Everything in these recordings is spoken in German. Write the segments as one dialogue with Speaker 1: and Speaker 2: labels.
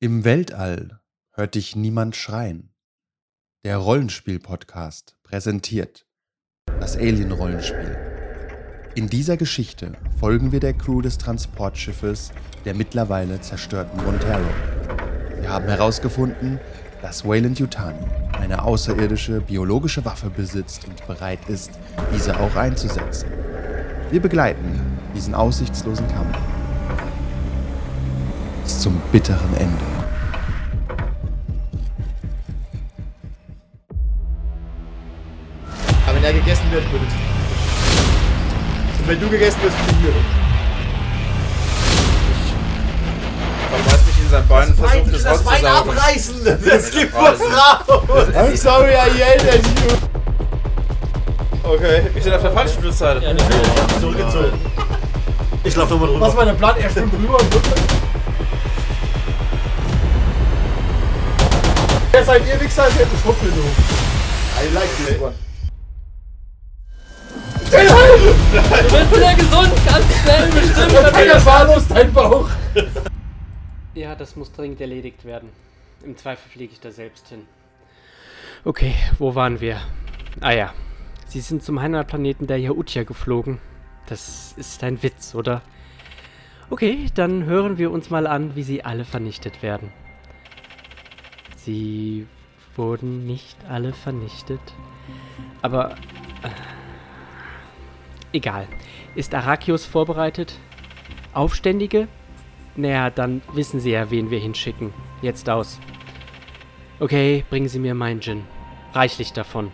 Speaker 1: Im Weltall hört dich niemand schreien. Der Rollenspiel-Podcast präsentiert das Alien-Rollenspiel. In dieser Geschichte folgen wir der Crew des Transportschiffes der mittlerweile zerstörten Montero. Wir haben herausgefunden, dass Wayland Yutani eine außerirdische biologische Waffe besitzt und bereit ist, diese auch einzusetzen. Wir begleiten diesen aussichtslosen Kampf bis zum bitteren Ende.
Speaker 2: Aber wenn er gegessen wird, wird es. Und wenn du gegessen wirst, fliegen wir.
Speaker 3: Vermeiß mich in seinen Beinen, versucht es rauszusaugen.
Speaker 2: Das gibt
Speaker 3: genau.
Speaker 2: was raus! I'm sorry, I yelled at you!
Speaker 3: Okay, ich bin auf der falschen Flussseite.
Speaker 2: Zurückgezogen.
Speaker 4: Ich laufe nochmal drüber.
Speaker 2: Was war der Plan? Er schwimmt drüber und wird. Wer seid ihr Wichser? Ihr habt Schwuppel, du. I like this one.
Speaker 5: Du bist wieder gesund, ganz schnell bestimmt.
Speaker 2: Keiner wahllos dein Bauch!
Speaker 5: Ja, das muss dringend erledigt werden. Im Zweifel fliege ich da selbst hin. Okay, wo waren wir? Ah ja, sie sind zum Heimatplaneten der Yautia geflogen. Das ist ein Witz, oder? Okay, dann hören wir uns mal an, wie sie alle vernichtet werden. Sie wurden nicht alle vernichtet. Aber... äh, Egal. Ist Arakios vorbereitet? Aufständige? Naja, dann wissen Sie ja, wen wir hinschicken. Jetzt aus. Okay, bringen Sie mir meinen Gin. Reichlich davon.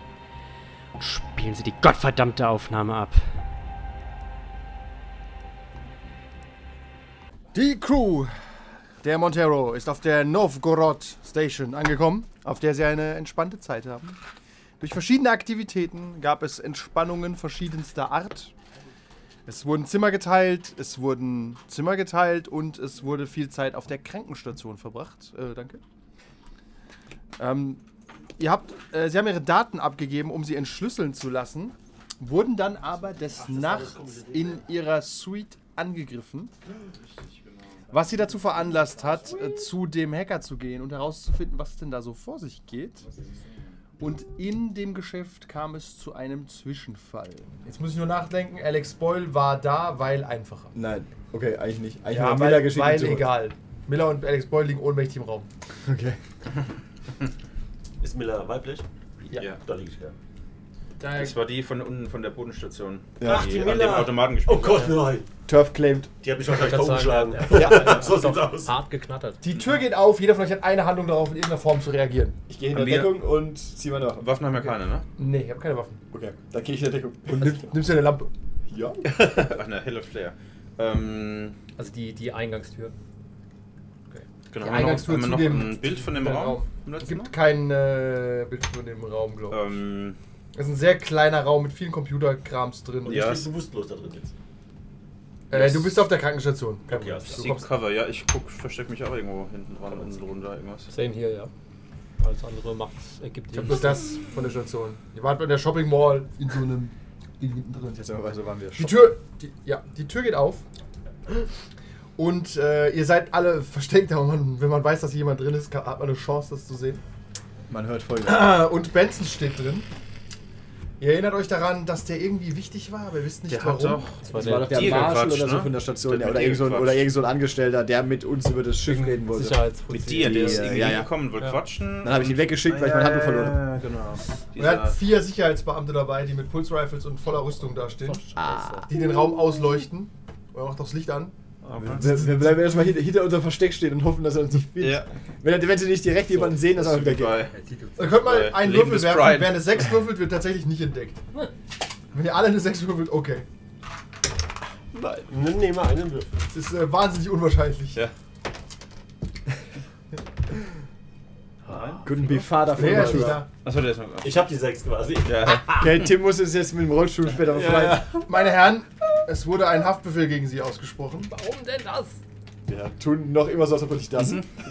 Speaker 5: Spielen Sie die gottverdammte Aufnahme ab.
Speaker 2: Die Crew der Montero ist auf der Novgorod Station angekommen, auf der sie eine entspannte Zeit haben. Durch verschiedene Aktivitäten gab es Entspannungen verschiedenster Art. Es wurden Zimmer geteilt, es wurden Zimmer geteilt und es wurde viel Zeit auf der Krankenstation verbracht. Äh, danke. Ähm, ihr habt, äh, sie haben ihre Daten abgegeben, um sie entschlüsseln zu lassen, wurden dann aber des Nachts in ihrer Suite angegriffen. Was sie dazu veranlasst hat, äh, zu dem Hacker zu gehen und herauszufinden, was denn da so vor sich geht. Und in dem Geschäft kam es zu einem Zwischenfall. Jetzt muss ich nur nachdenken, Alex Boyle war da, weil einfacher.
Speaker 6: Nein, okay, eigentlich nicht. Eigentlich
Speaker 2: Ja,
Speaker 6: hat Miller
Speaker 2: weil,
Speaker 6: geschickt
Speaker 2: weil
Speaker 6: und so.
Speaker 2: egal. Miller und Alex Boyle liegen ohnmächtig im Raum.
Speaker 6: Okay.
Speaker 4: Ist Miller weiblich?
Speaker 3: Ja.
Speaker 4: Da liegt er.
Speaker 3: Das war die von unten von der Bodenstation.
Speaker 6: Ja.
Speaker 4: Ach, die
Speaker 3: an dem
Speaker 4: Miller.
Speaker 3: Automaten
Speaker 4: Oh
Speaker 3: gespielt
Speaker 4: Gott, nein.
Speaker 6: Turf claimed.
Speaker 4: Die hat mich wahrscheinlich
Speaker 7: Ich wollte
Speaker 4: umgeschlagen. so sieht's aus.
Speaker 7: Hart geknattert.
Speaker 2: Die Tür geht auf, jeder von euch hat eine Handlung darauf, in irgendeiner Form zu reagieren.
Speaker 6: Ich gehe
Speaker 3: An
Speaker 6: in
Speaker 3: mir-
Speaker 6: der Deckung und ziehe meine Waffe.
Speaker 3: hat. Waffen haben wir keine, ne?
Speaker 2: Nee, ich habe keine Waffen.
Speaker 6: Okay, dann gehe ich in der Deckung.
Speaker 2: Und nimm, nimmst du eine Lampe.
Speaker 6: Ja.
Speaker 3: Ach ne, Hell of Flair. Ähm,
Speaker 7: Also die, die Eingangstür.
Speaker 3: genau,
Speaker 2: Die
Speaker 3: haben wir noch,
Speaker 2: Eingangstür
Speaker 3: haben wir noch
Speaker 2: zu dem-
Speaker 3: ein Bild von dem
Speaker 2: dem
Speaker 3: Raum?
Speaker 2: Raum.
Speaker 3: Im
Speaker 2: Es
Speaker 3: letzten
Speaker 2: gibt kein äh, Bild von dem Raum, glaube ich.
Speaker 3: Ähm,
Speaker 2: Es ist ein sehr kleiner Raum mit vielen Computerkrams drin.
Speaker 3: Ja.
Speaker 4: Ich bin bewusstlos da drin jetzt.
Speaker 2: Äh, du bist auf der Krankenstation. Kein
Speaker 4: Okay,
Speaker 2: Problem.
Speaker 4: alles
Speaker 2: du
Speaker 3: Seek
Speaker 2: kommst.
Speaker 3: Cover, ja, ich guck, versteck mich auch irgendwo hinten dran, unten drunter, irgendwas.
Speaker 7: Same hier, ja. Alles andere macht ergibt
Speaker 2: Ich habe nur das von der Station. Ihr wart bei der Shopping Mall in so einem Ding hinten drin.
Speaker 6: Jetzt also waren wir
Speaker 2: Die
Speaker 6: schon.
Speaker 2: Tür, die, ja, die Tür geht auf. Und äh, ihr seid alle versteckt, aber man, wenn man weiß, dass jemand drin ist, kann, hat man eine Chance, das zu sehen.
Speaker 6: Man hört voll.
Speaker 2: Ah, Und Benson steht drin. Ihr erinnert euch daran, dass der irgendwie wichtig war, aber ihr wisst nicht
Speaker 3: Der hat
Speaker 2: warum.
Speaker 3: doch.
Speaker 7: Das war
Speaker 6: Das
Speaker 7: der
Speaker 6: war doch der
Speaker 3: Tiere
Speaker 6: Marshal
Speaker 3: Quatsch,
Speaker 6: oder so
Speaker 3: ne?
Speaker 6: von der Station.
Speaker 3: Der
Speaker 6: Der
Speaker 3: hat
Speaker 6: oder,
Speaker 3: mit
Speaker 6: irgend so ein,
Speaker 3: Tieren
Speaker 6: oder
Speaker 3: Quatsch.
Speaker 6: irgend so ein Angestellter, der mit uns über das Schiff reden
Speaker 3: Also
Speaker 6: wollte.
Speaker 3: Mit
Speaker 7: Sicherheitspolizei.
Speaker 3: dir, der ist
Speaker 6: Ja,
Speaker 3: irgendwie
Speaker 6: ja.
Speaker 3: gekommen, wollte
Speaker 7: Ja.
Speaker 3: quatschen.
Speaker 6: Dann habe ich ihn weggeschickt, weil ich mein Handtuch verloren habe.
Speaker 3: Ja, genau.
Speaker 2: Und er hat
Speaker 3: Dieser,
Speaker 2: vier Sicherheitsbeamte dabei, die mit Pulse-Rifles und voller Rüstung dastehen, die den Raum ausleuchten. Und er macht auch das Licht an.
Speaker 6: Wir, wir bleiben erstmal hinter, hinter unserem Versteck stehen und hoffen, dass er uns nicht findet.
Speaker 3: Ja.
Speaker 6: Wenn, er- wenn sie nicht direkt jemanden sehen, dass er wieder geht.
Speaker 3: Goodbye.
Speaker 2: Ihr könnt mal
Speaker 3: Äh,
Speaker 2: einen
Speaker 3: Leben
Speaker 2: Würfel
Speaker 3: ist
Speaker 2: werfen.
Speaker 3: Pride.
Speaker 2: Wer eine 6 würfelt, wird tatsächlich nicht entdeckt. Wenn ihr alle eine 6 würfelt, okay.
Speaker 4: Nein, nimm nehmen wir einen Würfel.
Speaker 2: Das ist äh, wahnsinnig unwahrscheinlich.
Speaker 3: Ja.
Speaker 6: Couldn't be father
Speaker 2: Nee, er ist nicht
Speaker 6: for
Speaker 2: da.
Speaker 3: Achso, der ist noch.
Speaker 4: Ich habe die sechs quasi.
Speaker 3: Ja,
Speaker 6: Okay, Tim muss es jetzt mit dem Rollstuhl später befreien.
Speaker 2: Meine Herren, es wurde ein Haftbefehl gegen Sie ausgesprochen.
Speaker 7: Warum denn das?
Speaker 4: Ja.
Speaker 6: Tun noch immer so, als ob wir nicht da sind.
Speaker 2: Mhm.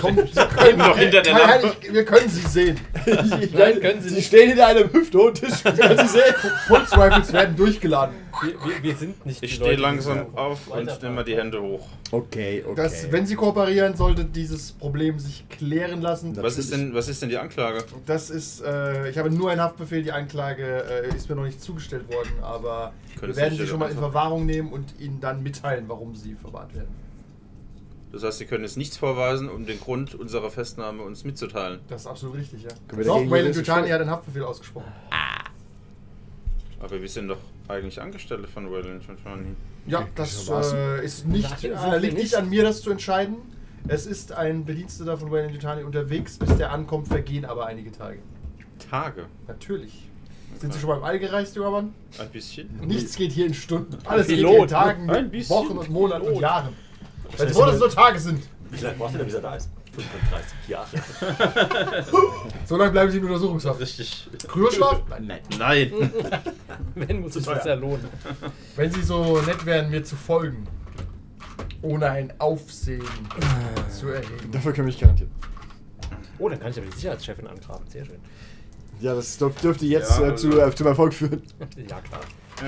Speaker 2: Komm,
Speaker 3: Noch hinter der
Speaker 2: Nein,
Speaker 3: Lampe.
Speaker 2: ich, wir können sie sehen.
Speaker 7: Nein, können Sie
Speaker 6: Sie
Speaker 7: nicht.
Speaker 6: stehen hinter einem hüfthohen Tisch. Können Sie sehen?
Speaker 2: Pulse Rifles werden durchgeladen.
Speaker 7: Wir, wir, wir sind nicht
Speaker 3: Ich
Speaker 7: die
Speaker 3: stehe
Speaker 7: Leute, die
Speaker 3: langsam
Speaker 7: sagen,
Speaker 3: auf und
Speaker 7: weiterfahren.
Speaker 3: nehme mal die Hände hoch.
Speaker 6: Okay, okay.
Speaker 2: Das, Wenn sie kooperieren, sollte dieses Problem sich klären lassen.
Speaker 3: Was ist denn, was ist denn die Anklage?
Speaker 2: Das ist, äh, ich habe nur einen Haftbefehl, die Anklage äh, ist mir noch nicht zugestellt worden, aber wir
Speaker 3: Könntest
Speaker 2: werden
Speaker 3: du
Speaker 2: sie
Speaker 3: dir
Speaker 2: schon mal in
Speaker 3: einfach-
Speaker 2: Verwahrung nehmen und ihnen dann mitteilen, warum sie verwahrt werden.
Speaker 3: Das heißt, Sie können jetzt nichts vorweisen, um den Grund unserer Festnahme uns mitzuteilen.
Speaker 2: Das ist absolut richtig, ja.
Speaker 6: wir
Speaker 2: Doch, Wayland
Speaker 6: dagegen juristisch
Speaker 2: Yutani
Speaker 6: vorgehen?
Speaker 2: hat einen Haftbefehl ausgesprochen.
Speaker 3: Aber wir sind doch eigentlich Angestellte von Wayland und Johnny.
Speaker 2: Ja, das
Speaker 6: gewissermaßen.
Speaker 2: äh, ist nicht,
Speaker 7: Sind wir
Speaker 2: äh, liegt nicht
Speaker 7: nicht?
Speaker 2: an mir, das zu entscheiden. Es ist ein Bediensteter von Wayland Yutani unterwegs, bis der ankommt, vergehen aber einige Tage.
Speaker 3: Tage.
Speaker 2: Natürlich. Sind
Speaker 3: Okay.
Speaker 2: Sie schon mal im All gereist, junger Mann?
Speaker 3: Ein bisschen.
Speaker 2: Nichts geht hier in Stunden. Alles geht hier in
Speaker 7: Pilot. ne?
Speaker 2: Tagen,
Speaker 7: Ein bisschen
Speaker 2: Wochen und Monaten und
Speaker 7: Pilot.
Speaker 2: Jahren. Weil wo das nur Tage sind.
Speaker 4: Wie lange braucht ihr denn, bis er da ist? 35 Jahre.
Speaker 2: So lange bleiben Sie in Untersuchungshaft.
Speaker 3: Richtig.
Speaker 2: Kryoschlaf? Nein.
Speaker 3: Nein.
Speaker 7: Wenn, muss ich das ja lohnen.
Speaker 2: Wenn Sie so nett wären, mir zu folgen. Ohne ein Aufsehen zu erregen.
Speaker 6: Dafür kann ich garantieren.
Speaker 7: Oh, dann kann ich aber die Sicherheitschefin angraben. Sehr schön.
Speaker 6: Ja, das dürf- dürfte jetzt
Speaker 3: Ja,
Speaker 6: äh, zu, äh, zum Erfolg führen.
Speaker 7: Ja, klar.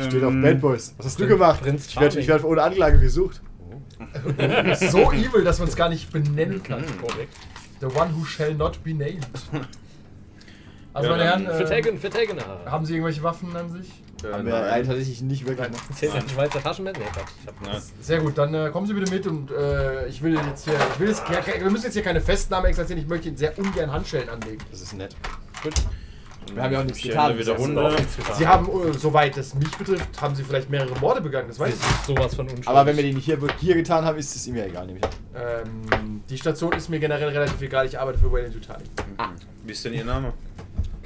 Speaker 6: Steht auf Bad Boys. Was hast du
Speaker 7: Prinz-
Speaker 6: gemacht?
Speaker 7: Prinz
Speaker 6: ich werde
Speaker 7: Charming.
Speaker 6: ich werd ohne Anklage gesucht.
Speaker 2: So evil, dass man es gar nicht benennen kann.
Speaker 3: Hm.
Speaker 7: Korrekt.
Speaker 2: The one who shall not be named. Also,
Speaker 3: Ja,
Speaker 2: meine
Speaker 3: dann
Speaker 2: Herren, äh,
Speaker 7: Vertagen, Vertagen. Haben
Speaker 2: haben Sie irgendwelche Waffen an sich?
Speaker 3: Äh,
Speaker 6: Haben wir einen
Speaker 3: nein.
Speaker 6: tatsächlich nicht wirklich. ne?
Speaker 7: Sie ein Schweizer Taschenmesser? Nee, Quatsch. Ich hab
Speaker 3: Nein.
Speaker 2: Sehr gut, dann äh, kommen Sie bitte mit und äh, ich will jetzt hier, ich will jetzt, ja, wir müssen jetzt hier keine Festnahme exerzieren, ich möchte Ihnen sehr ungern Handschellen anlegen.
Speaker 6: Das ist nett.
Speaker 3: Dann
Speaker 6: Wir haben ja auch nichts
Speaker 3: ich
Speaker 6: getan.
Speaker 3: Ende wieder
Speaker 6: bis jetzt.
Speaker 3: Runde.
Speaker 2: Sie haben, äh, soweit es mich betrifft, haben Sie vielleicht mehrere Morde begangen, das weiß ich. nicht.
Speaker 7: sowas von unschuldig.
Speaker 6: Aber wenn wir den hier, hier getan haben, ist es ihm ja egal. Nämlich.
Speaker 2: Ähm, die Station ist mir generell relativ egal, ich arbeite für Wayne Tutani.
Speaker 3: Wie ist denn Ihr Name?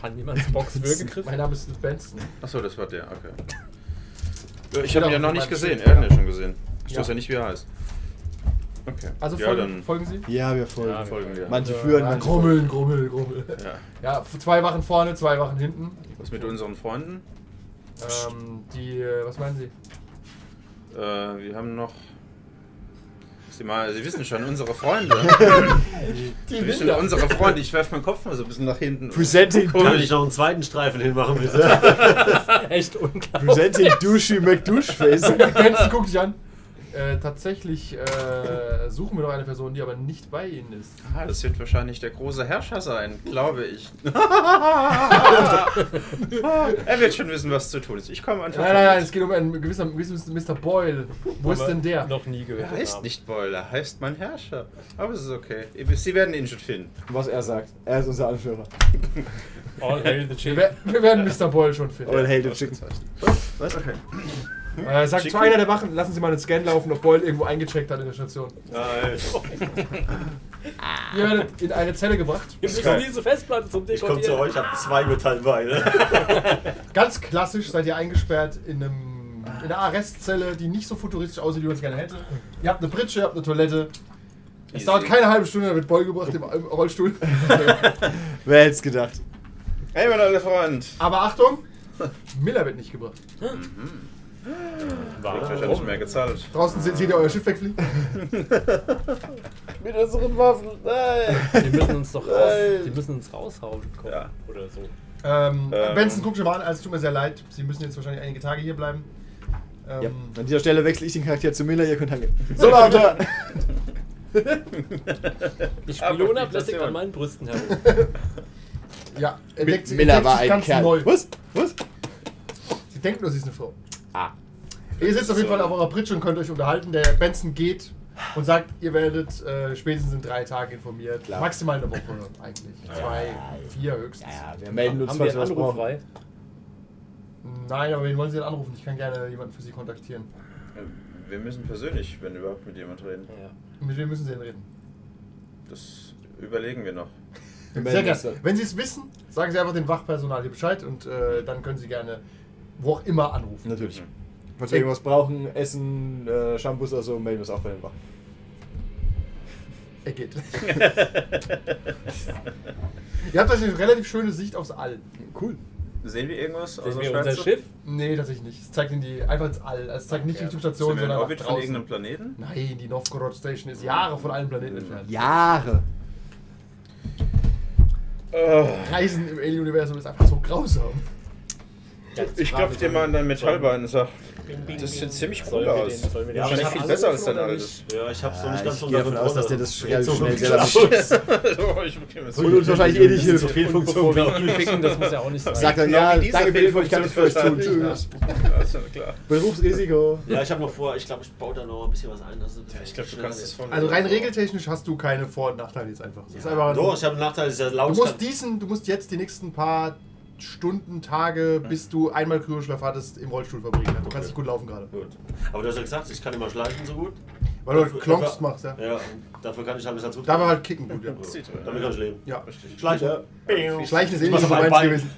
Speaker 7: Kann jemand ins Boxwürge
Speaker 2: Mein
Speaker 7: gegriffen?
Speaker 2: Name ist Liz Benson.
Speaker 3: Achso, das war der, okay. Ja, Ich
Speaker 2: Steht
Speaker 3: habe
Speaker 2: auch
Speaker 3: ihn ja noch nicht
Speaker 2: auf genau, meinem
Speaker 3: gesehen.
Speaker 2: Schild,
Speaker 3: Er hat ihn
Speaker 2: ja.
Speaker 3: ja schon gesehen. Ich
Speaker 2: Ja.
Speaker 3: weiß ja nicht, wie er heißt. Okay.
Speaker 2: Also
Speaker 3: ja,
Speaker 2: folgen,
Speaker 3: dann
Speaker 2: folgen Sie?
Speaker 6: Ja, wir folgen.
Speaker 7: Ja, wir
Speaker 3: folgen wir.
Speaker 6: manche
Speaker 2: Äh,
Speaker 6: führen,
Speaker 2: ah,
Speaker 6: manche
Speaker 2: grummeln, grummeln, grummeln.
Speaker 3: Ja.
Speaker 2: Ja, f- zwei Wachen vorne, zwei Wachen hinten.
Speaker 3: Was mit unseren Freunden?
Speaker 2: Ähm, die, äh, was meinen Sie?
Speaker 3: Äh, wir haben noch. Sie, mal, Sie wissen schon, unsere Freunde.
Speaker 2: Die
Speaker 3: Sie wissen schon, unsere Freunde. Ich werfe meinen Kopf mal so ein bisschen nach hinten.
Speaker 6: Presenting,
Speaker 4: Kann ich noch einen zweiten Streifen hinmachen, bitte?
Speaker 7: Echt unglaublich.
Speaker 6: presenting Dushy McDushface.
Speaker 2: Benson, guck dich an. Äh, tatsächlich äh, suchen wir noch eine Person, die aber nicht bei Ihnen ist.
Speaker 3: Ah, das wird wahrscheinlich der große Herrscher sein, glaube ich. er wird schon wissen, was zu tun ist. Ich komme einfach.
Speaker 2: Nein, nein, nein, es geht um einen gewissen, gewissen Mr. Boyle. Wo ist denn der?
Speaker 7: Noch nie gehört.
Speaker 3: Er heißt nicht Boyle, er heißt mein Herrscher. Aber es ist okay. Sie werden ihn schon finden.
Speaker 6: Was er sagt. Er ist unser Anführer.
Speaker 7: All hail the
Speaker 2: Wir,
Speaker 7: chief.
Speaker 2: wer- wir werden Mr. Boyle schon finden.
Speaker 6: All hail the chicken.
Speaker 3: Was? Okay.
Speaker 2: Äh, sagt zu
Speaker 3: Chicken?
Speaker 2: einer der Wachen, lassen Sie mal einen Scan laufen, ob Boyle irgendwo eingecheckt hat in der Station.
Speaker 4: Nein.
Speaker 2: Ihr werdet in eine Zelle gebracht.
Speaker 7: Wir müssen diese Festplatte zum
Speaker 4: Ich komme zu euch, hab zwei Metallbeine.
Speaker 2: Ganz klassisch seid ihr eingesperrt in einem in einer Arrestzelle, die nicht so futuristisch aussieht, wie man es gerne hätte. Ihr habt eine Pritsche, ihr habt eine Toilette. Es
Speaker 3: Easy.
Speaker 2: dauert keine halbe Stunde, da wird Boyle gebracht im im Rollstuhl.
Speaker 6: Wer hätte es gedacht?
Speaker 3: Hey, mein alter Freund.
Speaker 2: Aber Achtung, Miller wird nicht gebracht.
Speaker 3: Kriegt wahrscheinlich mehr gezahlt.
Speaker 2: Draußen se- seht ihr euer Schiff wegfliegen.
Speaker 3: Mit unseren Waffen. Nein.
Speaker 7: Wir müssen uns doch raus, wir müssen uns raushauen. Komm.
Speaker 3: Ja.
Speaker 7: Oder so.
Speaker 2: Ähm,
Speaker 3: Ähm.
Speaker 2: Benson guckt schon mal an, also es tut mir sehr leid. Sie müssen jetzt wahrscheinlich einige Tage hier bleiben.
Speaker 6: Ja.
Speaker 2: Ähm,
Speaker 6: An dieser Stelle wechsle ich den Charakter zu Miller, ihr könnt halt- hangeln. So, Leute!
Speaker 7: Ich
Speaker 3: Aber die
Speaker 7: spiele unablässig
Speaker 3: Station.
Speaker 7: an meinen Brüsten herum.
Speaker 2: ja. entdeckt sie
Speaker 6: Miller
Speaker 2: entdeckt
Speaker 6: war
Speaker 2: sich
Speaker 6: ein
Speaker 2: ganz
Speaker 6: Kerl.
Speaker 2: neu.
Speaker 6: Was? Was?
Speaker 2: Sie denkt nur, sie ist eine Frau.
Speaker 6: Ah.
Speaker 2: Ihr sitzt auf jeden
Speaker 3: So.
Speaker 2: Fall auf eurer Pritsche und könnt euch unterhalten. Der Benson geht und sagt, ihr werdet äh, spätestens in drei Tagen informiert.
Speaker 6: Klar.
Speaker 2: Maximal eine Woche eigentlich. Zwei, vier höchstens.
Speaker 6: Ja, wir melden uns,
Speaker 7: Haben wir
Speaker 6: falls
Speaker 7: einen
Speaker 6: wir was
Speaker 7: Anruf
Speaker 6: brauchen.
Speaker 7: frei?
Speaker 2: Nein, aber wen wollen Sie denn anrufen? Ich kann gerne jemanden für Sie kontaktieren.
Speaker 3: Wir müssen persönlich, wenn überhaupt, mit jemand reden.
Speaker 7: Ja.
Speaker 2: Mit wem müssen Sie denn reden?
Speaker 3: Das überlegen wir noch.
Speaker 6: Wir
Speaker 2: Sehr
Speaker 6: melden uns
Speaker 2: gerne. Wenn Sie es wissen, sagen Sie einfach den Wachpersonal hier Bescheid und äh, dann können Sie gerne wo auch immer
Speaker 6: dann.
Speaker 2: anrufen.
Speaker 6: Natürlich. Falls wir irgendwas brauchen, Essen, äh, Shampoos oder so, melden wir uns auch bei den Wachen.
Speaker 2: Er geht. ihr also habt tatsächlich eine relativ schöne Sicht aufs All.
Speaker 6: Cool.
Speaker 3: Sehen wir irgendwas
Speaker 7: Das
Speaker 3: außer
Speaker 7: wäre unser
Speaker 3: Schwärze?
Speaker 7: Schiff.
Speaker 2: Nee, tatsächlich nicht. Es zeigt ihn die, einfach ins All. Also es zeigt nicht die Station,
Speaker 3: Sind wir
Speaker 2: sondern
Speaker 3: in
Speaker 2: nach
Speaker 3: Orbit von
Speaker 2: draußen.
Speaker 3: irgendeinem Planeten?
Speaker 2: Nein, die Novgorod Station ist Jahre von allen Planeten entfernt.
Speaker 6: Jahre.
Speaker 2: Äh. Reisen im Alien-Universum ist einfach so grausam.
Speaker 3: Ich klopf dir mal an dein Metallbein und sag, das sieht ziemlich cool
Speaker 7: wir
Speaker 3: aus.
Speaker 7: den- sollen wir den-
Speaker 3: Wahrscheinlich
Speaker 4: Ja,
Speaker 3: viel
Speaker 4: aber
Speaker 3: besser
Speaker 4: ich hab
Speaker 3: als dein
Speaker 4: alle
Speaker 3: altes.
Speaker 4: Ja, ich hab's noch nicht
Speaker 6: Ja,
Speaker 4: ganz
Speaker 6: ich gehe davon aus, dass dir das schnell-
Speaker 4: Jetzt so
Speaker 6: schnell
Speaker 4: gut
Speaker 6: selber
Speaker 4: aus.
Speaker 3: Oh, ich bin mir
Speaker 6: Und uns wahrscheinlich eh nicht
Speaker 4: Das ist
Speaker 6: hilft.
Speaker 4: zu viel Funktion, glaub ich.
Speaker 7: Ficken, das muss ja auch nicht sein.
Speaker 6: Sagt dann,
Speaker 3: Genau
Speaker 6: ja,
Speaker 3: wie diese
Speaker 6: danke für die Möglichkeit, ich kann nichts für euch tun.
Speaker 3: Fehlfunktion
Speaker 6: Tschüss.
Speaker 3: Das ist klar.
Speaker 6: Berufsrisiko.
Speaker 4: Ja, ich habe noch vor, ich glaube, ich baue da noch ein bisschen was ein. Dass es
Speaker 3: Ich glaube, du
Speaker 4: schneller
Speaker 3: kannst
Speaker 4: wird.
Speaker 3: das von.
Speaker 2: Also rein regeltechnisch hast du keine Vor- und Nachteile jetzt einfach. Es ist einfach
Speaker 4: Doch, ich habe einen Nachteil, es ist ja laut.
Speaker 2: du musst diesen, du musst jetzt die nächsten paar Stunden, Tage, bis du einmal Kryoschlaf hattest, im Rollstuhl verbringen. Du kannst nicht gut laufen gerade.
Speaker 4: Gut. Aber du hast ja gesagt, ich kann immer schleichen so gut.
Speaker 2: Weil du halt
Speaker 4: Dafür-
Speaker 2: Klonks
Speaker 4: dafür-
Speaker 2: machst, ja.
Speaker 4: Ja, und dafür kann ich halt ganz gut.
Speaker 2: Da war halt Kicken gut, ja.
Speaker 4: Ja, Damit kann ich leben.
Speaker 2: Ja.
Speaker 4: Schleichen. Bäm.
Speaker 2: Schleichen ist eh nicht
Speaker 4: Ich mach's
Speaker 2: so
Speaker 4: auf einen
Speaker 2: meins
Speaker 4: Bein.
Speaker 2: gewesen.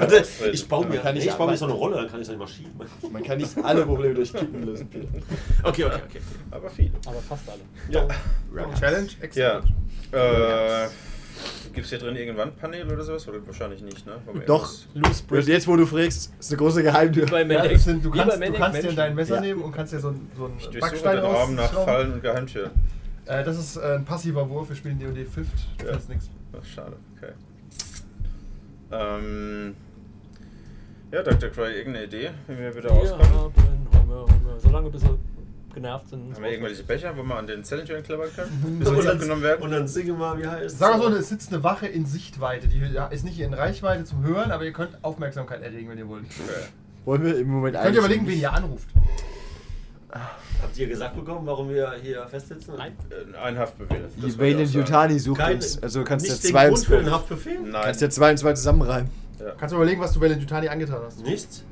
Speaker 4: Warte, Ich baue mir,
Speaker 6: Kann ich
Speaker 4: ich baue mir so eine
Speaker 6: arbeiten.
Speaker 4: Rolle, dann kann ich das nicht mal schieben.
Speaker 6: Man kann nicht alle Probleme durch Kicken lösen, Peter.
Speaker 4: Okay, okay, okay.
Speaker 3: Aber viele.
Speaker 7: Aber fast alle.
Speaker 2: Oh, Challenge?
Speaker 3: Ja.
Speaker 2: Excellent.
Speaker 3: Äh, Gibt es hier drin irgendein Wandpanel oder sowas? Oder wahrscheinlich nicht, ne? Weil wir
Speaker 6: Doch.
Speaker 3: irgendwas-
Speaker 7: Loose
Speaker 6: Und jetzt, wo du fragst, ist eine große Geheimtür.
Speaker 7: Bei
Speaker 2: Ja,
Speaker 7: Maniac.
Speaker 2: das sind, du
Speaker 7: Wie
Speaker 2: kannst,
Speaker 7: bei
Speaker 2: du
Speaker 7: Maniac
Speaker 2: kannst dir
Speaker 7: Mansion.
Speaker 2: dein Messer
Speaker 6: Ja.
Speaker 2: nehmen und kannst dir so einen, so einen
Speaker 3: Ich durchsuche
Speaker 2: Backstein
Speaker 3: den Raum nach
Speaker 2: ausschrauben.
Speaker 3: Fallen und Geheimtür.
Speaker 2: Äh, das ist äh, ein passiver Wurf, wir spielen D&D 5.
Speaker 3: Ja.
Speaker 2: Das ist nichts.
Speaker 3: Ach, schade, okay. Ähm, ja, Dr. Cry, irgendeine Idee, wenn wir wieder
Speaker 7: Wir
Speaker 3: rauskommen?
Speaker 7: haben Hunger, Hunger. Solange bis wir genervt sind.
Speaker 3: Haben wir irgendwelche Becher, wo wir an den Zellentüren klappern können? Bis wir
Speaker 4: Und
Speaker 3: uns
Speaker 4: dann,
Speaker 3: abgenommen werden?
Speaker 4: und dann singe mal, wie heißt
Speaker 2: Sag mal so, es sitzt eine Wache in Sichtweite. Die ist nicht in Reichweite zum Hören, aber ihr könnt Aufmerksamkeit erregen, wenn ihr wollt.
Speaker 3: Okay.
Speaker 6: Wollen wir im Moment
Speaker 2: Könnt ihr überlegen, wen
Speaker 6: wie
Speaker 2: ihr anruft.
Speaker 4: Habt ihr gesagt bekommen, warum wir hier festsitzen?
Speaker 7: Nein.
Speaker 3: Äh, Ein Haftbefehl. das
Speaker 6: Die
Speaker 3: würde ich
Speaker 6: Wayne
Speaker 3: auch
Speaker 6: und
Speaker 3: sagen.
Speaker 6: Yutani sucht
Speaker 4: Kein,
Speaker 6: uns. Also du kannst
Speaker 4: nicht
Speaker 6: ja
Speaker 4: den
Speaker 6: zwei, und
Speaker 4: Grund für den
Speaker 6: zwei,
Speaker 4: Haftbefehl?
Speaker 3: Nein.
Speaker 6: kannst ja zwei und zwei zusammenreimen.
Speaker 2: Kannst du überlegen, was du Valent Jutani angetan hast?
Speaker 4: Nichts?